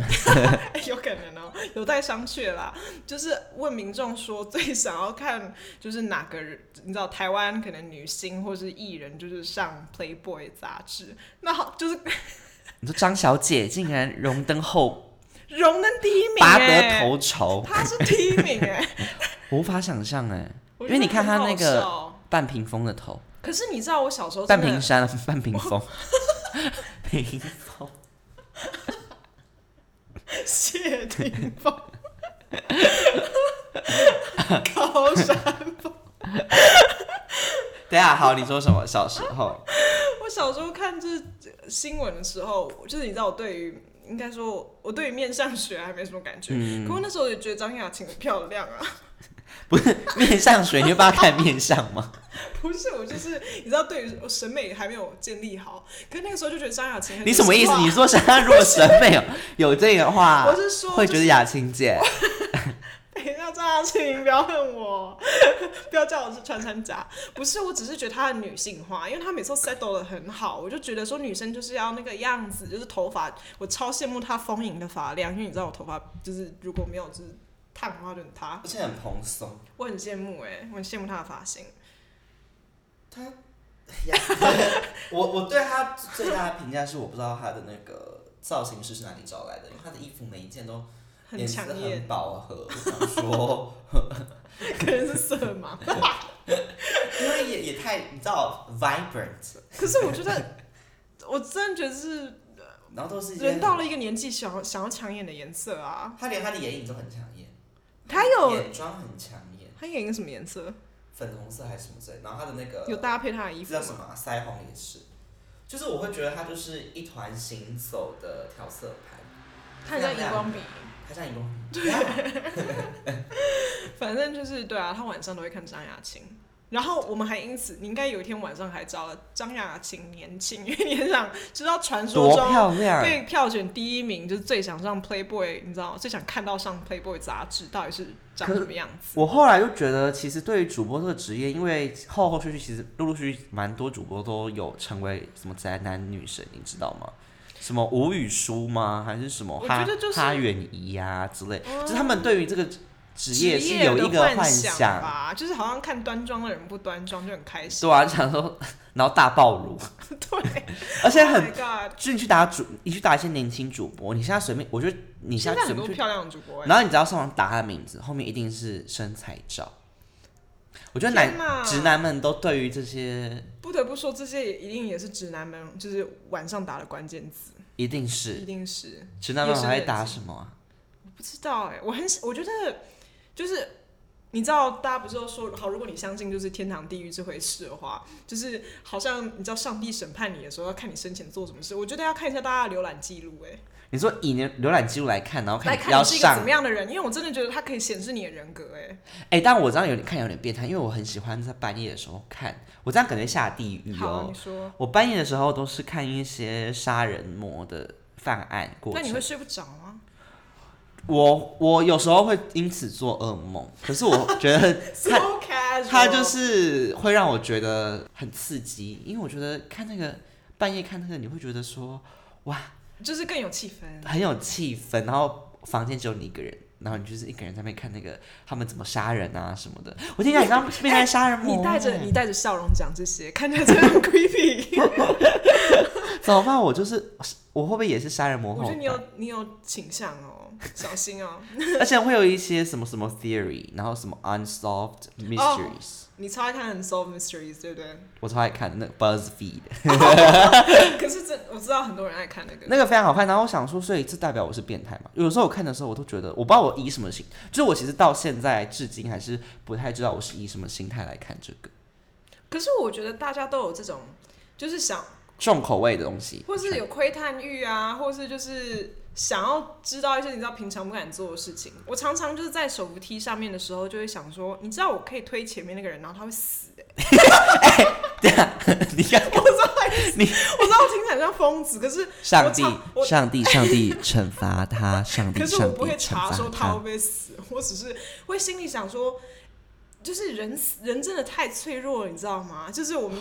S2: *laughs*
S1: FHM
S2: 有可能哦，有待商榷啦。就是问民众说最想要看就是哪个人，你知道台湾可能女星或是艺人就是上 Playboy 杂志，那好就是
S1: 你说张小姐竟然荣登后
S2: 荣登第一名、
S1: 拔
S2: 欸，
S1: 得头筹，
S2: 他是第一名
S1: *laughs*
S2: 哎、
S1: 我无法想象哎，
S2: 我
S1: 因为你
S2: 觉得
S1: 看
S2: 很
S1: 他那
S2: 好
S1: 个
S2: 笑。
S1: 半屏风的头。
S2: 可是你知道我小时候
S1: 半
S2: 真
S1: 屏
S2: 的， *laughs*
S1: 山，半屏风，屏风。
S2: 谢霆锋， *laughs* 高山峰。
S1: 等一下，啊好，你说什么？小时候，
S2: 我小时候看这新闻的时候，就是你知道，我对于应该说，我对于面相学还没什么感觉。
S1: 嗯
S2: 可我那时候也觉得张雅琴很漂亮啊， *laughs*
S1: 面相学，你会帮他看面相
S2: *laughs*
S1: 吗？
S2: 不是我就是你知道，对于我审美还没有建立好。可是那个时候就觉得张雅琴很
S1: 你什么意思？
S2: 女
S1: 你
S2: 性
S1: 说想要如果审美
S2: *laughs*
S1: 有有这个
S2: 化
S1: 话
S2: 我，是说，
S1: 会觉得雅琴姐
S2: *laughs* 等一下，张雅琴，不要恨我， *laughs* 不要叫我是穿山甲。不是，我只是觉得她的女性化，因为她每次都 settle 的很好，我就觉得说女生就是要那个样子，就是头发，我超羡慕她丰盈的发量，因为你知道我头发就是如果没有就是烫的话就很塌，
S1: 而且很蓬松。
S2: 我很羡慕哎、我很羡慕她的发型。
S1: *laughs* 我我对她最大的评价是，我不知道她的那个造型师是哪里找来的，因为她的衣服每一件都
S2: 很抢眼，
S1: 饱和。我想说，
S2: 可能是色盲。
S1: 因为也也太你知道 vibrant，
S2: 可是我觉得，我真的觉得是
S1: 然后都是
S2: 人到了一个年纪，想要想要抢眼的颜色啊。
S1: 她连她的眼影都很抢眼，
S2: 她有，
S1: 眼妆很抢眼。
S2: 她眼影什么颜色？
S1: 粉红色还是什么之类，然后他的那个
S2: 有搭配她的衣
S1: 这
S2: 服
S1: 叫
S2: 吗
S1: 什？么啊、腮红也是，就是我会觉得它就是一团行走的调色盘，
S2: 看一下荧光笔，
S1: 它像一个对、啊，
S2: 反正就是对啊，他晚上都会看张雅琴。然后我们还因此，你应该有一天晚上还找了张雅琴年庆，因为你很想知道传说
S1: 多
S2: 中
S1: 漂亮！啊
S2: 被票选第一名，就是最想上 Playboy，你知道吗最想看到上 Playboy 杂志到底是长
S1: 可是
S2: 什么样子？
S1: 我后来就觉得，其实对于主播这个职业，因为后后续续其实陆陆续续蛮多主播都有成为什么宅男女神，你知道吗？什么吴宇舒吗？还是什么
S2: 我
S1: 哈
S2: 觉得就是哦
S1: 哈远怡呀之类，就是他们对于这个职业是
S2: 职
S1: 有
S2: 的
S1: 一个
S2: 幻
S1: 想，
S2: 吧，就是好像看端庄的人不端庄就很开心。
S1: 对啊，想说然后大爆乳，
S2: *laughs* 对，
S1: 而且很
S2: Oh my God，
S1: 就是你去打主，你去打一些年轻主播，你现在随便，我觉得你
S2: 现在
S1: 在随
S2: 很多
S1: 便去，
S2: 漂亮的主播、欸，
S1: 然后你只要上网打他的名字，后面一定是身材照。我觉得
S2: 天
S1: 男
S2: 哪
S1: 直男们都对于这些
S2: 哎不得不说，这些也一定也是直男们就是晚上打的关键字，
S1: 一定
S2: 一
S1: 是
S2: 定是。
S1: 直男们
S2: 夜深
S1: 还
S2: 人
S1: 打
S2: 静
S1: 什么啊？
S2: 欸不知道哎、我很喜我觉得就是你知道大家不是都说好，如果你相信就是天堂地狱这回事的话，就是好像你知道上帝审判你的时候要看你生前做什么事，我觉得要看一下大家的浏览记录，哎，
S1: 你说以你的浏览记录来看，然后
S2: 来
S1: 看哎你
S2: 看
S1: 要
S2: 你是一个
S1: 上
S2: 怎么样的人，因为我真的觉得它可以显示你的人格，哎，
S1: 哎、但我这样有点看有点变态，因为我很喜欢在半夜的时候看，我这样感觉下地狱
S2: 好，
S1: 哦
S2: 你。说，
S1: 我半夜的时候都是看一些杀人魔的犯案过
S2: 那你会
S1: 程，
S2: 睡不着
S1: *laughs*
S2: 吗？
S1: 我我有时候会因此做噩梦，可是我觉得
S2: So
S1: 它
S2: casual，
S1: 它就是会让我觉得很刺激，因为我觉得看那个半夜看那个，你会觉得说
S2: 就是更有气氛。
S1: 很有气氛，然后房间只有你一个人。然后你就是一个人在那边看那个他们怎么杀人啊什么的，我听起来像变态杀人
S2: *laughs*
S1: 魔、
S2: 你带着
S1: 哎
S2: 你带着笑容讲这些，看起来真的很
S1: *laughs*
S2: creepy。
S1: 怎么办？我就是我会不会也是杀人魔
S2: 我
S1: 后
S2: 觉得你有 *laughs*
S1: 代？
S2: 你有倾向哦，小心哦。
S1: 而且会有一些什么什么 theory，然后什么
S2: 哦
S1: unsolved mysteries，、
S2: 你超爱看《Unsolved Mysteries》，对 *laughs* 不对？
S1: 我超爱看那个 BuzzFeed，
S2: 可是这我知道很多人爱看那个。
S1: 那个非常好看。然后我想说，所以这代表我是变态嘛？有时候我看的时候，我都觉得我不知道我以什么心，就是我其实到现在至今还是不太知道我是以什么心态来看这个
S2: 可是我觉得大家都有这种，就是想，
S1: 重口味的东西，
S2: 或是有窥探欲啊，或是就是想要知道一些你知道平常不敢做的事情。我常常就是在手扶梯上面的时候，就会想说，你知道我可以推前面那个人，然后他会死、欸。
S1: *laughs* 你看
S2: 我知道他会死，
S1: 你
S2: *laughs* 我知道我听起来像疯子，可是
S1: 上帝
S2: 我，我
S1: 上帝，上帝惩罚他，上帝，
S2: 可是
S1: 上
S2: 我
S1: 帝
S2: 不会
S1: 惩
S2: 查说
S1: 罚
S2: 他会不会死，我只是会心里想说，就是人死人真的太脆弱了，你知道吗？就是我们。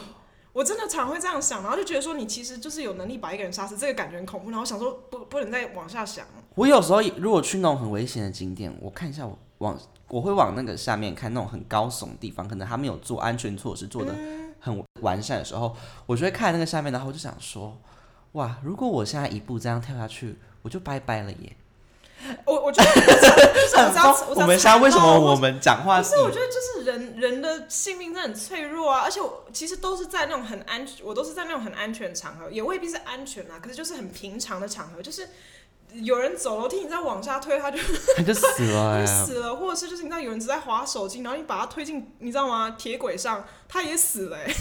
S2: 我真的常会这样想，然后就觉得说你其实就是有能力把一个人杀死，这个感觉很恐怖。然后我想说不不能再往下想，
S1: 我有时候也如果去那种很危险的景点，我看一下我往我会往那个下面看那种很高耸的地方，可能他们有做安全措施做的
S2: 嗯
S1: 很完善的时候，我就会看那个下面，然后我就想说，哇，如果我现在一步这样跳下去，我就拜拜了耶！
S2: 我我觉得就是我
S1: *laughs* 很
S2: 知道
S1: 疯
S2: 我知
S1: 我
S2: 道
S1: 们现在为什
S2: 踩
S1: 么
S2: 到
S1: 我
S2: 或
S1: 们嗯讲话
S2: 不
S1: 是
S2: 是，
S1: *laughs*
S2: 我觉得就是人人的性命真的很脆弱啊，而且我其实都是在那种很安，我都是在那种很安全的场合，也未必是安全啊，可是就是很平常的场合，就是有人走楼梯，你再往下推，他就
S1: 他就死
S2: 他
S1: 了
S2: 就
S1: 哎，
S2: 死了，或者是就是你知道有人只在划手机，然后你把他推进，你知道吗？铁轨上，他也死了、
S1: *laughs*
S2: 欸。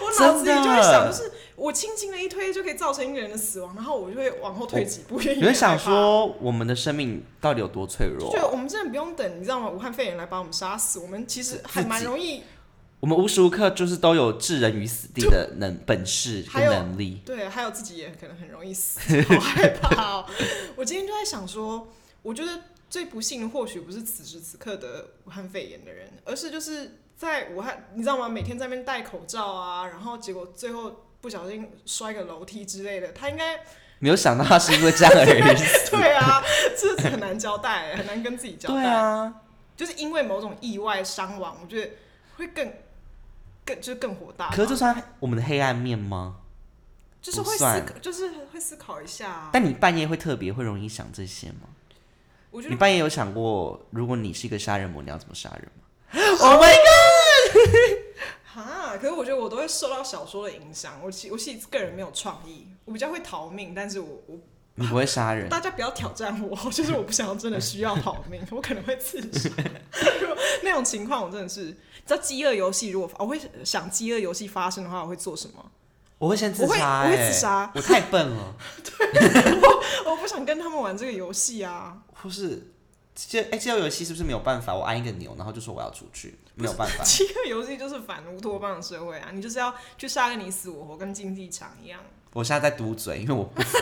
S2: 我脑子里就会想，就是我轻轻的一推就可以造成一个人的死亡，然后我就会往后退几步，因为
S1: 你会想
S2: 害怕。
S1: 说我们的生命到底有多脆
S2: 就
S1: 弱
S2: 觉
S1: 啊？
S2: 得我们真的不用等，你知道吗？武汉肺炎来把我们杀死，我们其实还蛮容易，
S1: 我们无时无刻就是都有置人于死地的能本事
S2: 还
S1: 跟
S2: 有
S1: 能力。
S2: 对，还有自己也可能很容易死， *laughs* 好害怕哦。我今天就在想说，我觉得最不幸的或许不是此时此刻的武汉肺炎的人，而是就是在武汉，你知道吗？每天在那边戴口罩啊，然后结果最后不小心摔个楼梯之类的，他应该 *laughs*
S1: 没有想到他是因为这样而已。
S2: 对啊，这是很难交代，很难跟自己交代。
S1: 对啊，
S2: 就是因为某种意外伤亡，我觉得会更更就是更火大吧。
S1: 可是这算我们的黑暗面吗？
S2: 就是
S1: 不
S2: 会思
S1: 算
S2: 考，就是会思考一下、啊。
S1: 但你半夜会特别会容易想这些吗？
S2: 我觉得
S1: 你半夜有想过，如果你是一个杀人魔，你要怎么杀人吗？Oh my god！
S2: *laughs* 哈，可是我觉得我都会受到小说的影响，我其我其实个人没有创意，我比较会逃命，但是我我
S1: 你不会
S2: *laughs*
S1: 杀人，
S2: 大家不要挑战我， *laughs* 就是我不想要真的需要逃命，我可能会自杀。 *laughs* 如果那种情况我真的是，你知道饥饿游戏如果我会想饥饿游戏发生的话，我会做什么？ *laughs*
S1: 我会先自杀、
S2: 我
S1: 欸，
S2: 会我会自杀
S1: 我太笨
S2: *laughs*
S1: 了，
S2: 我不想跟他们玩这个游戏啊！ *laughs*
S1: 或是这哎，这游戏是不是没有办法？我按一个钮，然后就说我要出去，没有办
S2: *laughs*
S1: 法。
S2: 饥饿游戏就是反乌托邦的社会啊，你就是要去杀个你死我活，跟竞技场一样。
S1: 我现在在嘟嘴，因为我不
S2: *laughs*
S1: 服，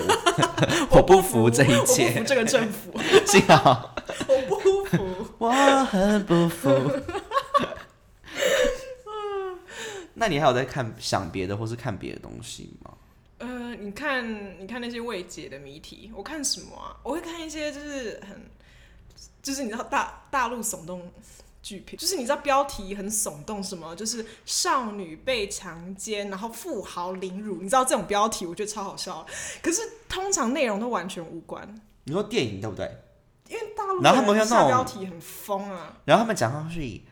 S1: *laughs* 我不服这一
S2: 我不服
S1: 切。
S2: 这个政府，
S1: *laughs* 幸好
S2: *laughs* 我不服。
S1: 我很不服。 *laughs* 那你还有在看想别的，或是看别的东西吗？
S2: 呃，你看，你看那些未解的谜题，我看什么啊？我会看一些就是很，就是你知道大大陆耸动剧评，就是你知道标题很耸动，什么就是少女被强奸，然后富豪凌辱，你知道这种标题我觉得超好笑的，可是通常内容都完全无关，
S1: 你说电影对不对？
S2: 因为大陆
S1: 然后他们
S2: 的
S1: 会
S2: 人
S1: 像那
S2: 下标
S1: 种
S2: 题很疯啊，
S1: 然后他们讲话是以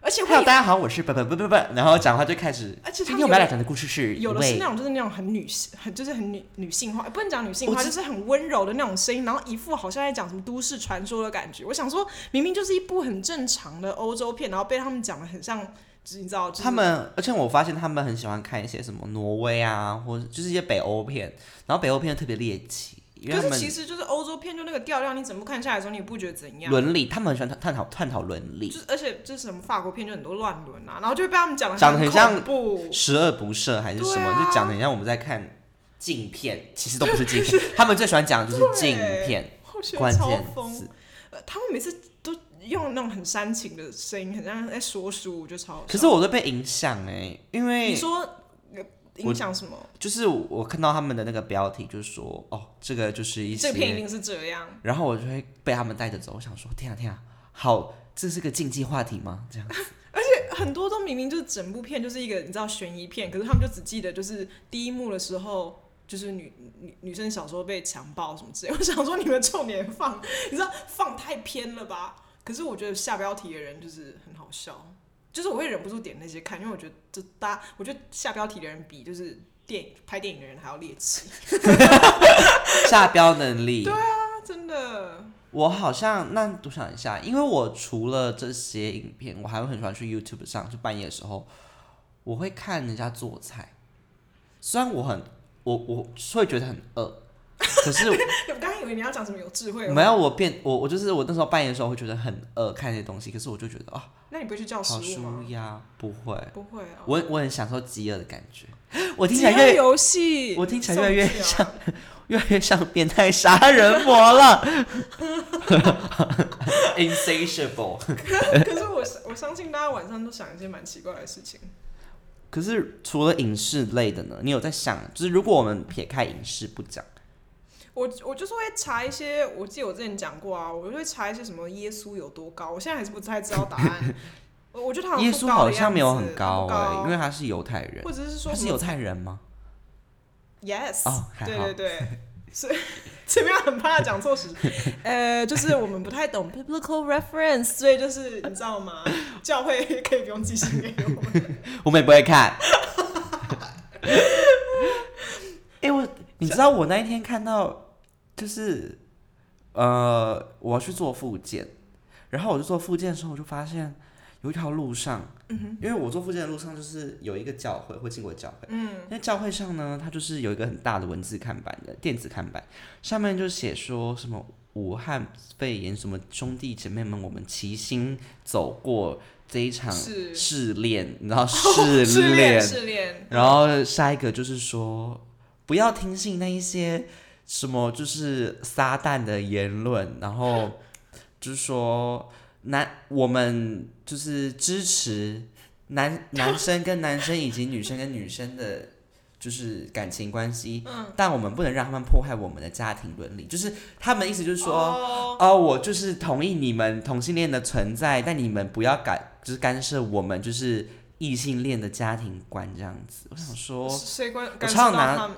S2: 而且会
S1: 还有大家好，我是本本不不不，然后讲话就开始。
S2: 而且他
S1: 今
S2: 们
S1: 天我们
S2: 有
S1: 要讲的故事是一
S2: 有的是
S1: 位
S2: 那种就是那种很女性，很就是很女女性化，不能讲女性
S1: 我
S2: 化，
S1: 知
S2: 就是很温柔的那种声音，然后一副好像在讲什么都市传说的感觉。我想说，明明就是一部很正常的欧洲片，然后被他们讲的很像，就是你知道，就是、
S1: 他们，而且我发现他们很喜欢看一些什么挪威啊，或者就是一些北欧片，然后北欧片特别猎奇，因为
S2: 可
S1: 他
S2: 是其
S1: 们
S2: 实就是欧洲片就那个调调，你整部看下来的时候，你也不觉得怎样。
S1: 伦理，他们很喜欢探探讨探讨伦
S2: 就
S1: 理，
S2: 是而且就是什么法国片就很多乱伦啊，然后就会被他们讲的
S1: 讲得很像
S2: 恐怖，
S1: 十恶不赦还是什么，
S2: 对啊
S1: 就讲的像我们在看禁片，其实都不
S2: *laughs*
S1: 是禁片，他们最喜欢讲的就是禁片，
S2: 我觉得
S1: 关
S2: 超
S1: 键
S2: 疯。
S1: 字。
S2: 呃他们每次都用那种很煽情的声音，很像在说书，我觉得超好笑。
S1: 可是我都被影响哎、因
S2: 你
S1: 为
S2: 说呃影响什么？
S1: 就是我看到他们的那个标题，就是说哦，这个就是一
S2: 这
S1: 些
S2: 个片一定是这样。
S1: 然后我就会被他们带着走。我想说，天啊天啊，好，这是个禁忌话题吗？这样，
S2: 很多都明明就是整部片就是一个你知道悬疑片，可是他们就只记得就是第一幕的时候。就是女女女生小时候被强暴什么之类，我想说你们重点放，你知道放太偏了吧？可是我觉得下标题的人就是很好笑，就是我会忍不住点那些看，因为我觉得这大家，我觉得下标题的人比就是电影拍电影的人还要猎奇
S1: 下标能
S2: *laughs*
S1: 力。
S2: 啊，真的。 *laughs*
S1: 我好像那我想一下，因为我除了这些影片，我还会很喜欢去 YouTube 上，就半夜的时候，我会看人家做菜。虽然我很我我会觉得很饿，
S2: *laughs*
S1: 可是
S2: 我刚刚以为你要讲什么有智慧，哦
S1: 没有，我变我我就是我那时候半夜的时候会觉得很饿，看那些东西，可是我就觉得啊、
S2: 那你不会去叫食
S1: 好
S2: 物
S1: 舒
S2: 吗？
S1: 压，不会，
S2: 不会啊，
S1: 我我很享受饥饿的感觉。我听起
S2: 饥
S1: 来
S2: 饿
S1: 越
S2: 游戏，
S1: 我听起来越来越
S2: 送去啊
S1: 像越来越像变态杀人魔了，insatiable。
S2: *laughs* 可是我我相信大家晚上都想一些蛮奇怪的事情。
S1: 可是除了影视类的呢，你有在想，就是如果我们撇开影视不讲，
S2: 我我就是会查一些，我记得我之前讲过啊，我就会查一些什么耶稣有多高，我现在还是不太知道答
S1: *laughs*
S2: 案。我我觉得他好像
S1: 耶
S2: 不
S1: 稣
S2: 高
S1: 好
S2: 的
S1: 像没有
S2: 样子
S1: 很高
S2: 不
S1: 哎、因为他是犹太人
S2: 或，者是说
S1: 他
S2: 什
S1: 是
S2: 么
S1: 犹太人吗？ *laughs*
S2: yes，、
S1: 哦还
S2: 对
S1: 好
S2: 对对，所以 *laughs* 前面很怕讲
S1: *laughs*
S2: 错时，呃，就是我们不太懂 biblical reference，所以就是你知道吗？教会可以不用寄信给我
S1: *laughs*
S2: 们。
S1: 我们也不会看。哎、我你知道我那一天看到，就是呃，我要去做复健，然后我就做复健的时候，我就发现有一条路上，嗯、因为我做复健的路上就是有一个教会会经过教会，嗯，那教会上呢，它就是有一个很大的文字看板的电子看板，上面就写说什么。武汉肺炎，什么兄弟姐妹们，我们齐心走过这一场
S2: 是
S1: 试炼，你知道
S2: 失
S1: 试
S2: 恋，
S1: 炼，
S2: 失恋，
S1: 然后下一个就是说，不要听信那一些什么就是撒旦的言论，然后就是说男我们就是支持男男生跟男生以及女生跟女生的。就是感情关系，但我们不能让他们破坏我们的家庭伦理。就是他们意思就是说，
S2: 哦
S1: 哦，我就是同意你们同性恋的存在，但你们不要干，就是干涉我们就是异性恋的家庭观这样子。我想说，
S2: 谁关
S1: 我
S2: 感受
S1: 超
S2: 到
S1: 难
S2: 他们？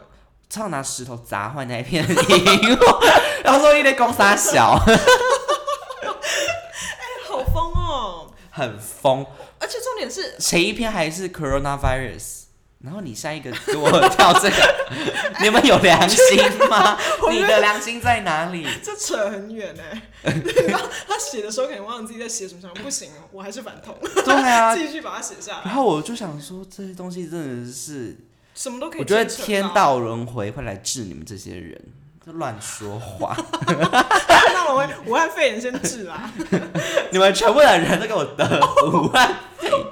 S1: 常常拿石头砸坏那一片荧幕，然后说一堆公杀小， *laughs*
S2: 好疯哦！
S1: 很疯。
S2: 而且重点是，
S1: 前一篇还是 coronavirus。然后你下一个给我跳这个，
S2: *laughs*
S1: 你们有良心吗？
S2: 我
S1: 你
S2: 觉
S1: 的
S2: 得
S1: 良心在哪
S2: *laughs*
S1: 里？
S2: 这扯很远哎、你知道 *laughs* 他写的时候可能忘了自己在写什么，想不行哦，我还是反同，
S1: 对啊，
S2: 继续把它写下来，
S1: 然后我就想说，这些东西真的是
S2: 什么都可以。
S1: 我觉得天，道轮回会来治你们这些人，就乱说话，
S2: 天道我会武汉肺炎先治啦。
S1: 你们全部的人都给我得武汉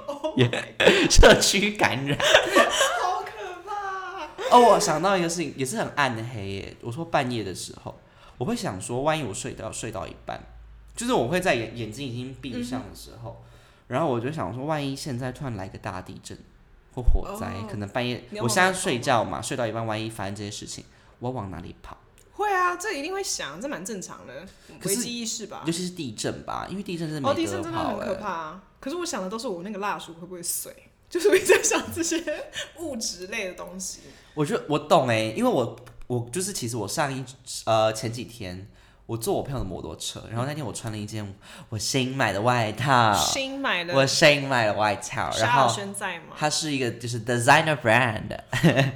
S2: Oh
S1: 也 *laughs* 社区感
S2: *laughs*
S1: 染。
S2: 好可怕！
S1: 哦，我想到一个事情，也是很暗黑耶。我说半夜的时候，我会想说，万一我睡到睡到一半，就是我会在眼眼睛已经闭上的时候，然后我就想说，万一现在突然来个大地震或火灾，
S2: 哦
S1: 可能半夜
S2: 你要
S1: 我
S2: 往
S1: 现
S2: 哪
S1: 在
S2: 跑
S1: 睡
S2: 吗
S1: 觉嘛，睡到一半，万一发生这些事情，我往哪里跑？
S2: 会啊，这一定会想，这蛮正常的，
S1: 可
S2: 危
S1: 是
S2: 机意识吧
S1: 尤。其是地震吧，因为地震真的没
S2: 哦，
S1: 得
S2: 地震真的
S1: 跑
S2: 很可
S1: 哎
S2: 怕啊！可是我想的都是我那个蜡烛会不会碎， *laughs* 就是我一直在想这些物质类的东西。
S1: 欸我觉得我懂哎、因为我我就是其实我上一呃前几天我坐我朋友的摩托车，然后那天我穿了一件我新买的外套，
S2: 新买的
S1: 我新买的外套，然
S2: 沙尔
S1: 后
S2: 轩在吗？
S1: 它是一个就是 designer brand，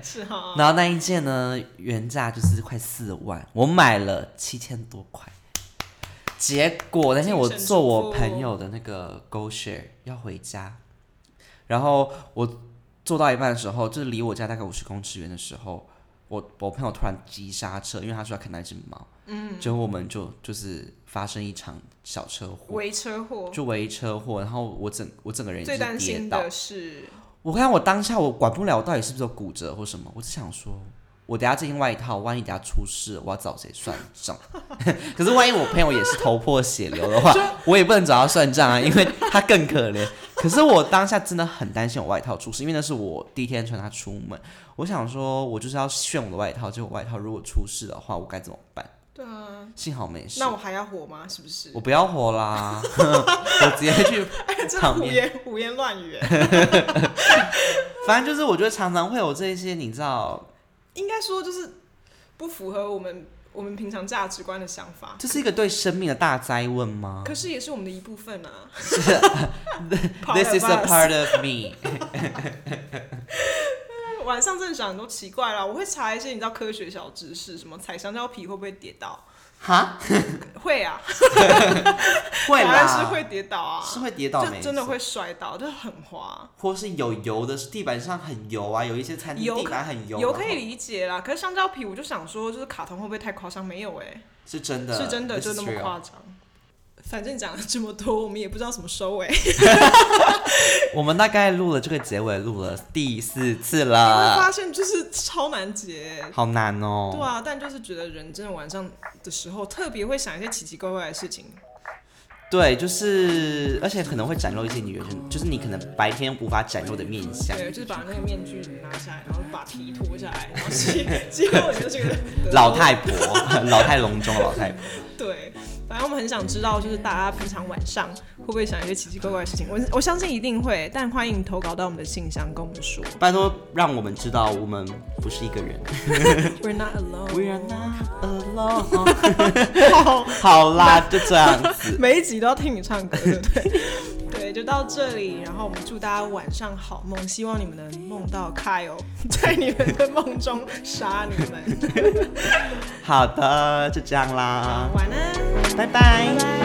S2: 是哈，
S1: 然后那一件呢原价就是快四万，我买了七千多块。结果那天我
S2: 精神
S1: 坐我
S2: 主妇
S1: 朋友的那个 Go Share 要回家，然后我坐到一半的时候，就是离我家大概五十公尺远的时候，我我朋友突然急刹车，因为他说要看那只猫，嗯，结果我们就就是发生一场小车祸，
S2: 围车祸。
S1: 就为车祸，然后我整我整个人也
S2: 最
S1: 是
S2: 担
S1: 跌
S2: 心
S1: 倒
S2: 的，是，
S1: 我看我当下我管不了到底是不是有骨折或什么，我只想说，我等下这件外套，万一等下出事，我要找谁算账？ *laughs* 可是万一我朋友也是头破血
S2: *laughs*
S1: 流的话，我也不能找他算账啊，因为他更可怜。可是我当下真的很担心我外套出事，因为那是我第一天穿它出门，我想说，我就是要炫我的外套，结果外套如果出事的话，我该怎么办？
S2: 对啊，
S1: 幸好没事
S2: 那，我还要火吗？是不是？
S1: 我不要活啦， *laughs* 我直接去
S2: *laughs* 这
S1: 场
S2: 胡
S1: 面
S2: 言胡言乱语欸， *laughs*
S1: 反正就是我觉得常常会有这一些，你知道。
S2: 应该说就是不符合我们我们平常价值观的想法，
S1: 这是一个对生命的大灾问吗
S2: 可是也是我们的一部分
S1: *laughs*
S2: 啊。Part
S1: ？This is
S2: of
S1: a
S2: us
S1: part of me 。
S2: 晚上真的想很多奇怪啦，我会查一些你知道科学小知识，什么踩香蕉皮会不会跌倒？
S1: 哈，
S2: 会啊，
S1: 嗯会
S2: 答案是
S1: 啦，
S2: 会跌倒啊，
S1: 是会跌倒没
S2: 就
S1: 错？
S2: 真的会摔倒，就很滑。
S1: 或是有油的，地板上很油啊，有一些餐厅
S2: 油
S1: 地
S2: 可
S1: 板很油，
S2: 有可
S1: 然
S2: 以
S1: 后
S2: 理解啦，可是香蕉皮我就想说，就是卡通会不会太夸张？没有哎、
S1: 是真的，
S2: 是真的
S1: this
S2: 就
S1: is
S2: 那么
S1: real
S2: 夸张。反正讲了这么多，我们也不知道怎么
S1: *laughs*
S2: 收尾。
S1: 我们大概录了这个结尾，录了第四次
S2: 因为
S1: 了，
S2: 哎发现就是超难结，
S1: 好难
S2: 对
S1: 啊哦。
S2: 啊，但就是觉得人真的晚上的时候特别会想一些奇奇怪怪的事情，
S1: 对，就是，而且可能会展露一些你原生，就是你可能白天无法展露的面相。
S2: 哦对，就是把那个面具拿下来，然后把皮脱下来，
S1: *laughs*
S2: 然后结结果你就这个人
S1: 老太婆， *laughs* 老态龙钟，老太婆。
S2: 对，反正我们很想知道，就是大家平常晚上会不会想一些奇奇怪怪的事情？我我相信一定会，但欢迎投稿到我们的信箱跟我们
S1: *laughs*
S2: 说。
S1: 拜托，让我们知道我们不是一个人。
S2: We're not alone。
S1: We are
S2: *laughs*
S1: not alone
S2: 好
S1: *laughs* 好啦，就这样子。
S2: 每一集都要听你唱歌，对不对？对，就到这里。然后我们祝大家晚上好梦，希望你们能梦到 Kyle 在你们的梦中杀你们。
S1: 好的，就这样啦，
S2: 晚安，拜
S1: 拜拜。
S2: 拜。